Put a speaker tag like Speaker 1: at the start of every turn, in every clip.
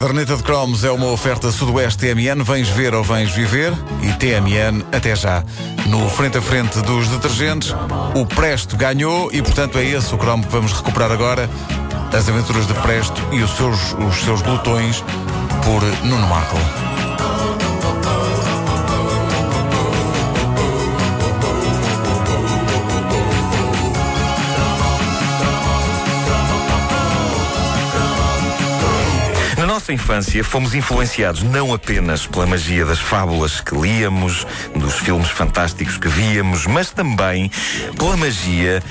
Speaker 1: Verneta de Cromos é uma oferta Sudoeste TMN. Vens ver ou vens viver? E TMN até já. No frente a frente dos detergentes, o Presto ganhou e, portanto, é esse o cromo que vamos recuperar agora. As aventuras de Presto e os seus, os seus glutões por Nuno Marco.
Speaker 2: Na nossa infância, fomos influenciados não apenas pela magia das fábulas que líamos, dos filmes fantásticos que víamos, mas também pela magia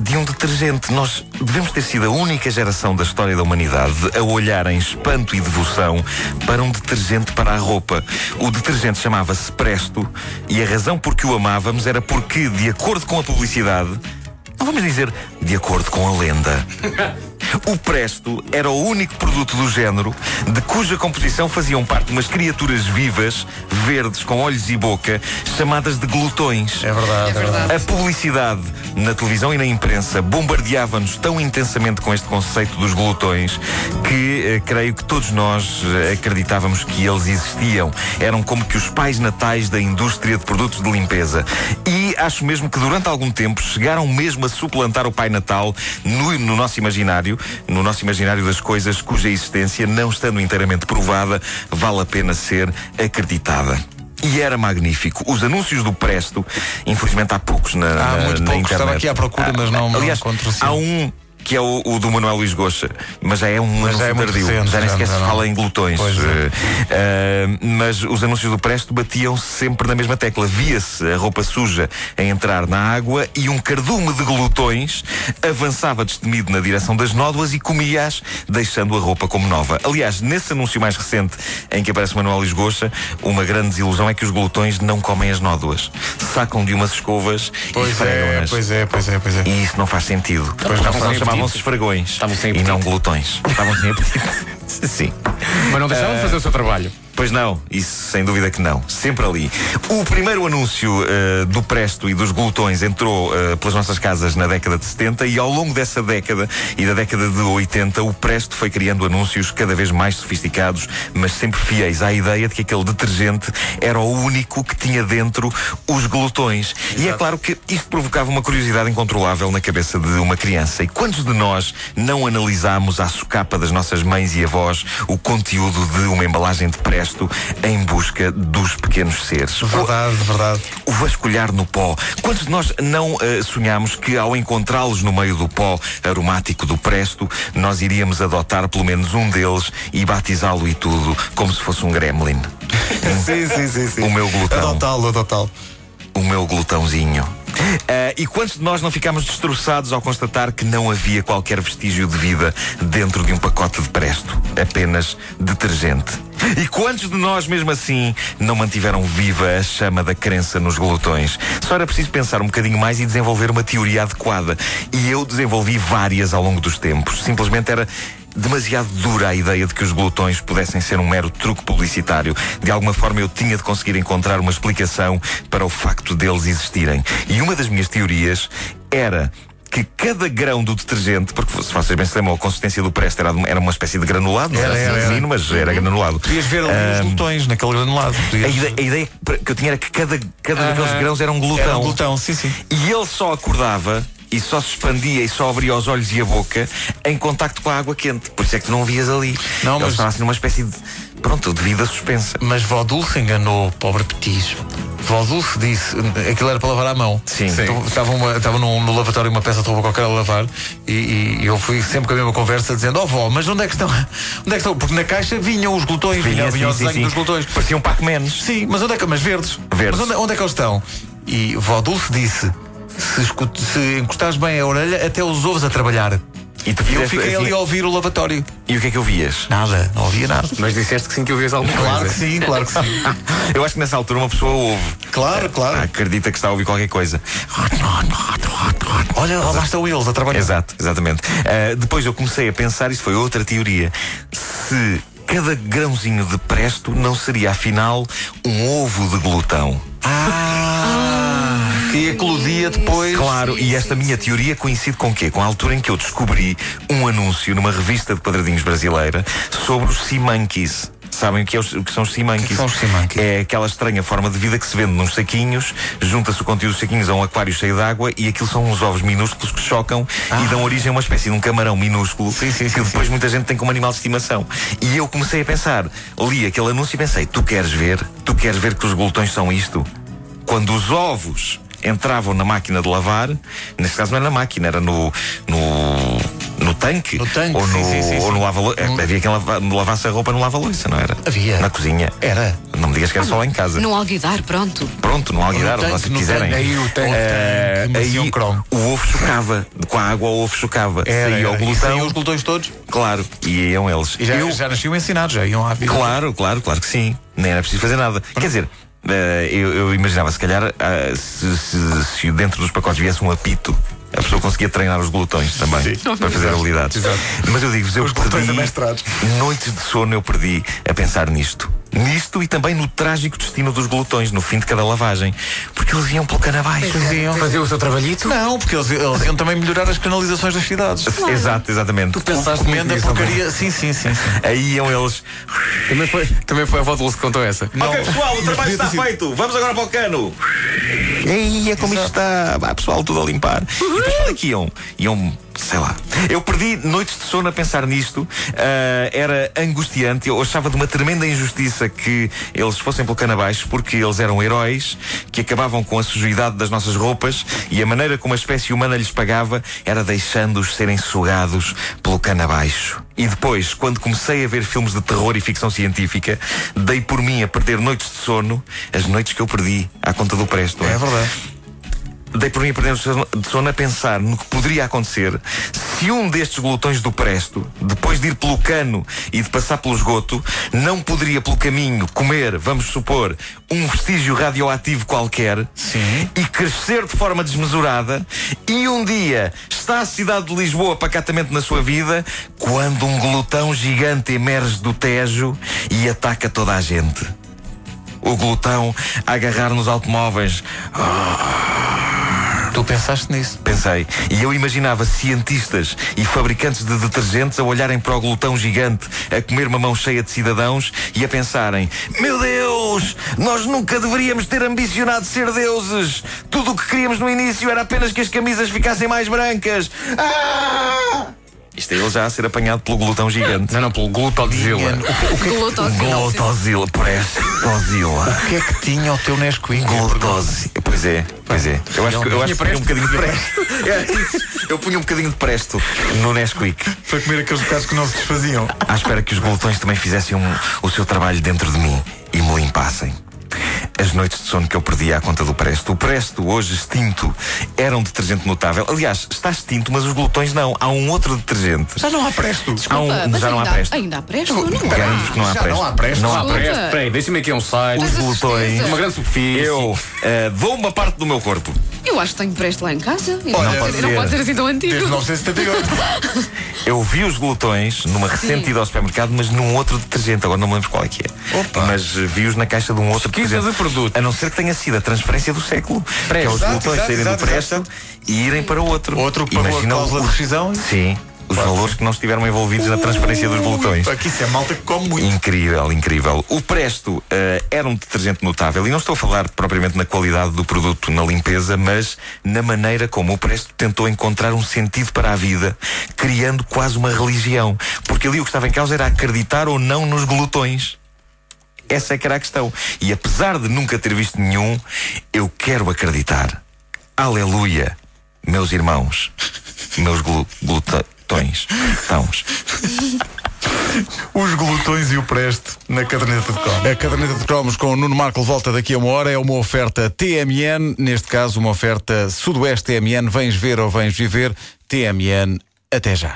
Speaker 2: de um detergente. Nós devemos ter sido a única geração da história da humanidade a olhar em espanto e devoção para um detergente para a roupa. O detergente chamava-se Presto e a razão por que o amávamos era porque, de acordo com a publicidade, não vamos dizer de acordo com a lenda. O Presto era o único produto do género de cuja composição faziam parte umas criaturas vivas, verdes, com olhos e boca, chamadas de glutões.
Speaker 1: É verdade. É verdade.
Speaker 2: A publicidade na televisão e na imprensa bombardeava-nos tão intensamente com este conceito dos glutões que eh, creio que todos nós eh, acreditávamos que eles existiam. Eram como que os pais natais da indústria de produtos de limpeza. E acho mesmo que durante algum tempo chegaram mesmo a suplantar o Pai Natal no, no nosso imaginário, no nosso imaginário das coisas cuja existência, não estando inteiramente provada, vale a pena ser acreditada. E era magnífico. Os anúncios do Presto, infelizmente há poucos na,
Speaker 1: Há
Speaker 2: na-
Speaker 1: muito
Speaker 2: na
Speaker 1: pouco.
Speaker 2: internet.
Speaker 1: Estava aqui à procura, mas não- não
Speaker 2: aliás,
Speaker 1: encontro, sim.
Speaker 2: Há um que é o, o do Manuel Luís Goxa, mas já é um
Speaker 1: Mas já
Speaker 2: anúncio
Speaker 1: é muito
Speaker 2: tardio.
Speaker 1: recente,
Speaker 2: já nem
Speaker 1: já-
Speaker 2: sequer
Speaker 1: já
Speaker 2: se
Speaker 1: não.
Speaker 2: fala em glutões.
Speaker 1: Pois é.
Speaker 2: Eh, ah, mas os anúncios do Presto batiam sempre na mesma tecla. Via-se a roupa suja a entrar na água e um cardume de glutões avançava destemido na direção das nódoas e comia-as, deixando a roupa como nova. Aliás, nesse anúncio mais recente em que aparece Manuel Lisgocha, uma grande desilusão é que os glutões não comem as nódoas. Sacam de umas escovas e
Speaker 1: Pois é,
Speaker 2: esfregam-nas.
Speaker 1: pois é, pois é, pois é.
Speaker 2: E isso não faz sentido.
Speaker 3: Pois não,
Speaker 2: Não,
Speaker 3: estavam sem
Speaker 2: chamavam-se
Speaker 3: apetite.
Speaker 2: esfragões
Speaker 3: Estavam sem
Speaker 2: e não
Speaker 3: apetite.
Speaker 2: glutões. Estavam sem apetite. Sim.
Speaker 3: Mas não deixavam de fazer o seu trabalho.
Speaker 2: Pois não, isso sem dúvida que não. Sempre ali. O primeiro anúncio eh, do Presto e dos Glutões entrou eh, pelas nossas casas na década de 70 e ao longo dessa década e da década de 80 o Presto foi criando anúncios cada vez mais sofisticados, mas sempre fiéis à ideia de que aquele detergente era o único que tinha dentro os glutões. E é claro que isto provocava uma curiosidade incontrolável na cabeça de uma criança. E quantos de nós não analisámos à socapa das nossas mães e avós o conteúdo de uma embalagem de presto em busca dos pequenos seres?
Speaker 1: Verdade, verdade.
Speaker 2: O vasculhar no pó. Quantos de nós não eh, sonhámos que ao encontrá-los no meio do pó aromático do presto, nós iríamos adotar pelo menos um deles e batizá-lo e tudo, como se fosse um gremlin?
Speaker 1: sim, sim, sim, sim.
Speaker 2: O meu glutão.
Speaker 1: Adotá-lo, adotá-lo.
Speaker 2: o meu glutãozinho. Ah, e quantos de nós não ficámos destroçados ao constatar que não havia qualquer vestígio de vida dentro de um pacote de presto, apenas detergente? E quantos de nós, mesmo assim, não mantiveram viva a chama da crença nos glutões? Só era preciso pensar um bocadinho mais e desenvolver uma teoria adequada. E eu desenvolvi várias ao longo dos tempos. Simplesmente era demasiado dura a ideia de que os glutões pudessem ser um mero truque publicitário. De alguma forma eu tinha de conseguir encontrar uma explicação para o facto deles existirem. E uma das minhas teorias era que cada grão do detergente, porque se vocês bem se lembram, a consistência do presto era, de uma- era uma espécie de granulado, não
Speaker 1: Era,
Speaker 2: era,
Speaker 1: era, era.
Speaker 2: assim fino, mas era granulado. Ah,
Speaker 1: Podias ver ali os glutões naquele granulado.
Speaker 2: A
Speaker 1: Podias...
Speaker 2: ideia, a ideia que eu tinha era que cada, cada daqueles
Speaker 3: Aham.
Speaker 2: grãos era um glutão.
Speaker 1: Era um glutão, sim, sim.
Speaker 2: E ele só acordava e só se expandia e só abria os olhos e a boca em contacto com a água quente. Por isso é que tu não o vias ali.
Speaker 1: Não,
Speaker 2: ele
Speaker 1: mas-
Speaker 2: estava assim numa espécie de. Pronto, de vida suspensa.
Speaker 1: Mas Vó Dulce enganou o pobre Petis. Vó Dulce disse, aquilo era para lavar à mão.
Speaker 2: Sim.
Speaker 1: Então, Estava, uma- estava num- no lavatório uma peça de roupa qualquer a lavar e, e eu fui sempre com a mesma conversa dizendo, ó vó, mas onde é que estão? Onde é que estão? Porque na caixa vinham os glutões, vinha, vinha
Speaker 2: assim,
Speaker 1: o desenho dos glutões.
Speaker 2: Pareciam Pac-Mans.
Speaker 1: Sim, mas onde é que. Mas verdes.
Speaker 2: Verdes.
Speaker 1: Mas onde, onde é que eles estão? E vó Dulce disse: se, escut- se encostares bem a orelha, até os ovos a trabalhar.
Speaker 2: E tu
Speaker 1: E eu
Speaker 2: fizeste
Speaker 1: fiquei
Speaker 2: assim-
Speaker 1: ali a ouvir o lavatório.
Speaker 2: E o que é que eu vias?
Speaker 1: Nada, não ouvia nada.
Speaker 3: Mas disseste que sim que ouvias alguma
Speaker 1: Claro que
Speaker 3: coisa.
Speaker 1: sim, claro que sim.
Speaker 2: Eu acho que nessa altura uma pessoa ouve.
Speaker 1: Claro, claro.
Speaker 2: Acredita que está a ouvir qualquer coisa.
Speaker 1: Olha, lá estão eles a trabalhar.
Speaker 2: Exato, exatamente. Ah, depois eu comecei a pensar, isso foi outra teoria. Se cada grãozinho de presto não seria afinal um ovo de glutão.
Speaker 1: Ah,
Speaker 2: que eclodia depois. Claro, e esta minha teoria coincide com o quê? Com a altura em que eu descobri um anúncio numa revista de quadradinhos brasileira sobre os Simanquis. Sabem o que, é os- o que são os Simanquis?
Speaker 1: O que são os simanquis?
Speaker 2: É aquela estranha forma de vida que se vende nos saquinhos, junta-se o conteúdo dos saquinhos a um aquário cheio de água e aquilo são uns ovos minúsculos que chocam
Speaker 4: Ah.
Speaker 2: e dão origem a uma espécie de um camarão minúsculo que depois muita gente tem como animal de estimação. E eu comecei a pensar, li aquele anúncio e pensei, tu queres ver? Tu queres ver que os glutões são isto? Quando os ovos entravam na máquina de lavar, neste caso não era na máquina, era no. no no tanque,
Speaker 4: No tanque,
Speaker 2: ou no,
Speaker 4: sim, sim, sim,
Speaker 2: ou no
Speaker 4: sim.
Speaker 2: lava Havia quem lava- lavasse a roupa no lava-louça, não era?
Speaker 4: Havia.
Speaker 2: Na cozinha.
Speaker 4: Era.
Speaker 2: Não me digas que era só lá em casa.
Speaker 5: Num alguidar, pronto.
Speaker 2: Pronto, não alguidar,
Speaker 1: No
Speaker 2: ou
Speaker 1: tanque,
Speaker 2: se
Speaker 1: no
Speaker 2: quiserem.
Speaker 1: tanque.
Speaker 3: Aí o tanque.
Speaker 2: Eh,
Speaker 1: tanque,
Speaker 2: aí
Speaker 1: macio cromo.
Speaker 2: o ovo chocava. Com a água o ovo chocava.
Speaker 1: um Era,
Speaker 2: Saía
Speaker 1: era.
Speaker 2: o
Speaker 1: E saíam
Speaker 2: glutão,
Speaker 1: os glutões todos.
Speaker 2: claro, e iam eles.
Speaker 1: E já,
Speaker 2: Eu-
Speaker 1: já nasciam ensinados, já iam à vida.
Speaker 2: Claro, claro, claro que sim. Nem era preciso fazer nada. Quer dizer, eh, eu, eu imaginava, se calhar, ah, se, se- se dentro dos pacotes viesse um apito, a pessoa conseguia treinar os glutões também para fazer habilidades. Mas eu digo-vos, eu perdi noites de sono eu perdi a pensar nisto. Nisto e também no trágico destino dos glutões, no fim de cada lavagem. Porque eles iam pelo cano abaixo.
Speaker 3: Fazer o seu trabalhito?
Speaker 1: Não, porque eles, eles iam também melhorar as canalizações das cidades.
Speaker 2: Exato, exatamente.
Speaker 3: Pensaste
Speaker 1: Comenda
Speaker 3: nisso,
Speaker 1: porcaria. Sim, sim, sim. sim.
Speaker 2: Aí iam eles.
Speaker 3: Também foi, também foi a avó de Lúcio que contou essa.
Speaker 2: Ok, pessoal, o trabalho está feito. Vamos agora para o cano. E é como isto está. Vai, pessoal, tudo a limpar. E depois para que iam? Iam, sei lá. Eu perdi noites de sono a pensar nisto. Ah, era angustiante. Eu achava de uma tremenda injustiça que eles fossem pelo cano abaixo, porque eles eram heróis que acabavam com a sujidade das nossas roupas e a maneira como a espécie humana lhes pagava era deixando-os serem sugados pelo cano abaixo. E depois, quando comecei a ver filmes de terror e ficção científica, dei por mim a perder noites de sono, as noites que eu perdi à conta do presto.
Speaker 1: É verdade.
Speaker 2: Dei por mim a perder de sono a pensar no que poderia acontecer se um destes glutões do presto, depois de ir pelo cano e de passar pelo esgoto, não poderia pelo caminho comer, vamos supor, um vestígio radioativo qualquer
Speaker 1: Sim.
Speaker 2: e crescer de forma desmesurada e um dia está a cidade de Lisboa pacatamente na sua vida quando um glutão gigante emerge do Tejo e ataca toda a gente. O glutão a agarrar nos automóveis,
Speaker 1: Tu pensaste nisso.
Speaker 2: pensei. E eu imaginava cientistas e fabricantes de detergentes a olharem para o glutão gigante, a comer uma mão cheia de cidadãos e a pensarem: Meu Deus, nós nunca deveríamos ter ambicionado ser deuses. Tudo o que queríamos no início era apenas que as camisas ficassem mais brancas. Ah! Isto é ele já a ser apanhado pelo glutão gigante.
Speaker 3: Não, não, pelo glutodizila.
Speaker 5: Glutozil.
Speaker 2: Glutozila, prestozila.
Speaker 1: O que é que tinha o teu Nesquik?
Speaker 2: Glutose. é Pois é, pois é. Eu acho que eu, acho que punha um bocadinho de presto. É isso. Eu punha um bocadinho de presto no Nesquik.
Speaker 1: Para comer aqueles bocados que não se desfaziam.
Speaker 2: À espera que os glutões também fizessem um- o seu trabalho dentro de mim e me limpassem. As noites de sono que eu perdi à conta do Presto. O Presto, hoje extinto, era um detergente notável. Aliás, está extinto, mas os glutões não. Há um outro detergente.
Speaker 1: Já não há presto.
Speaker 2: Há um,
Speaker 5: Opa, mas é
Speaker 2: já não há
Speaker 5: ainda,
Speaker 2: Presto.
Speaker 5: ainainda há presto? Não
Speaker 2: Garanto-vos que
Speaker 5: há.
Speaker 2: não há
Speaker 1: Já
Speaker 2: Presto.
Speaker 1: não há Presto.
Speaker 2: Não há
Speaker 5: Desculpa.
Speaker 2: Presto.
Speaker 3: Peraí, deixa-me aqui um site.
Speaker 2: Os
Speaker 5: Mas a
Speaker 2: glutões.
Speaker 5: certeza.
Speaker 3: Uma grande superfície.
Speaker 2: Eu eh, dou uma parte do meu corpo.
Speaker 5: Eu acho que tenho presto lá em casa.
Speaker 1: Olha,
Speaker 5: não, pode ser, não
Speaker 2: ser.
Speaker 5: pode ser assim tão antigo.
Speaker 1: Desde 1978.
Speaker 2: Eu vi os glutões numa recente ida ao supermercado, mas num outro detergente. Agora não me lembro qual é que é. Mas eh, vi-os na caixa de um outro
Speaker 3: Pesquisa
Speaker 2: detergente.
Speaker 3: de produto.
Speaker 2: A não ser que tenha sido a transferência do século. Que é os
Speaker 1: Exato,
Speaker 2: glutões
Speaker 1: exato,
Speaker 2: saírem
Speaker 1: exato,
Speaker 2: do presto e irem para outro.
Speaker 1: Outro que pagou a
Speaker 2: Imagina
Speaker 1: cláusula
Speaker 2: o-
Speaker 1: de rescisão.
Speaker 2: Sim. Os valores que não estiveram envolvidos na transferência dos glutões.
Speaker 1: Aqui isso é malta que come muito.
Speaker 2: Incrível, incrível. O Presto eh, era um detergente notável e não estou a falar propriamente na qualidade do produto, na limpeza, mas na maneira como o Presto tentou encontrar um sentido para a vida, criando quase uma religião. Porque ali o que estava em causa era acreditar ou não nos glutões. Essa é que era a questão. E apesar de nunca ter visto nenhum, eu quero acreditar. Aleluia, meus irmãos, meus glu glutões. Tãos.
Speaker 1: Os glutões e o preste na caderneta de cromos. A caderneta de cromos com o Nuno Marco volta daqui a uma hora. É uma oferta TMN, neste caso uma oferta Sudoeste TMN. Vens ver ou vens viver. TMN, até já.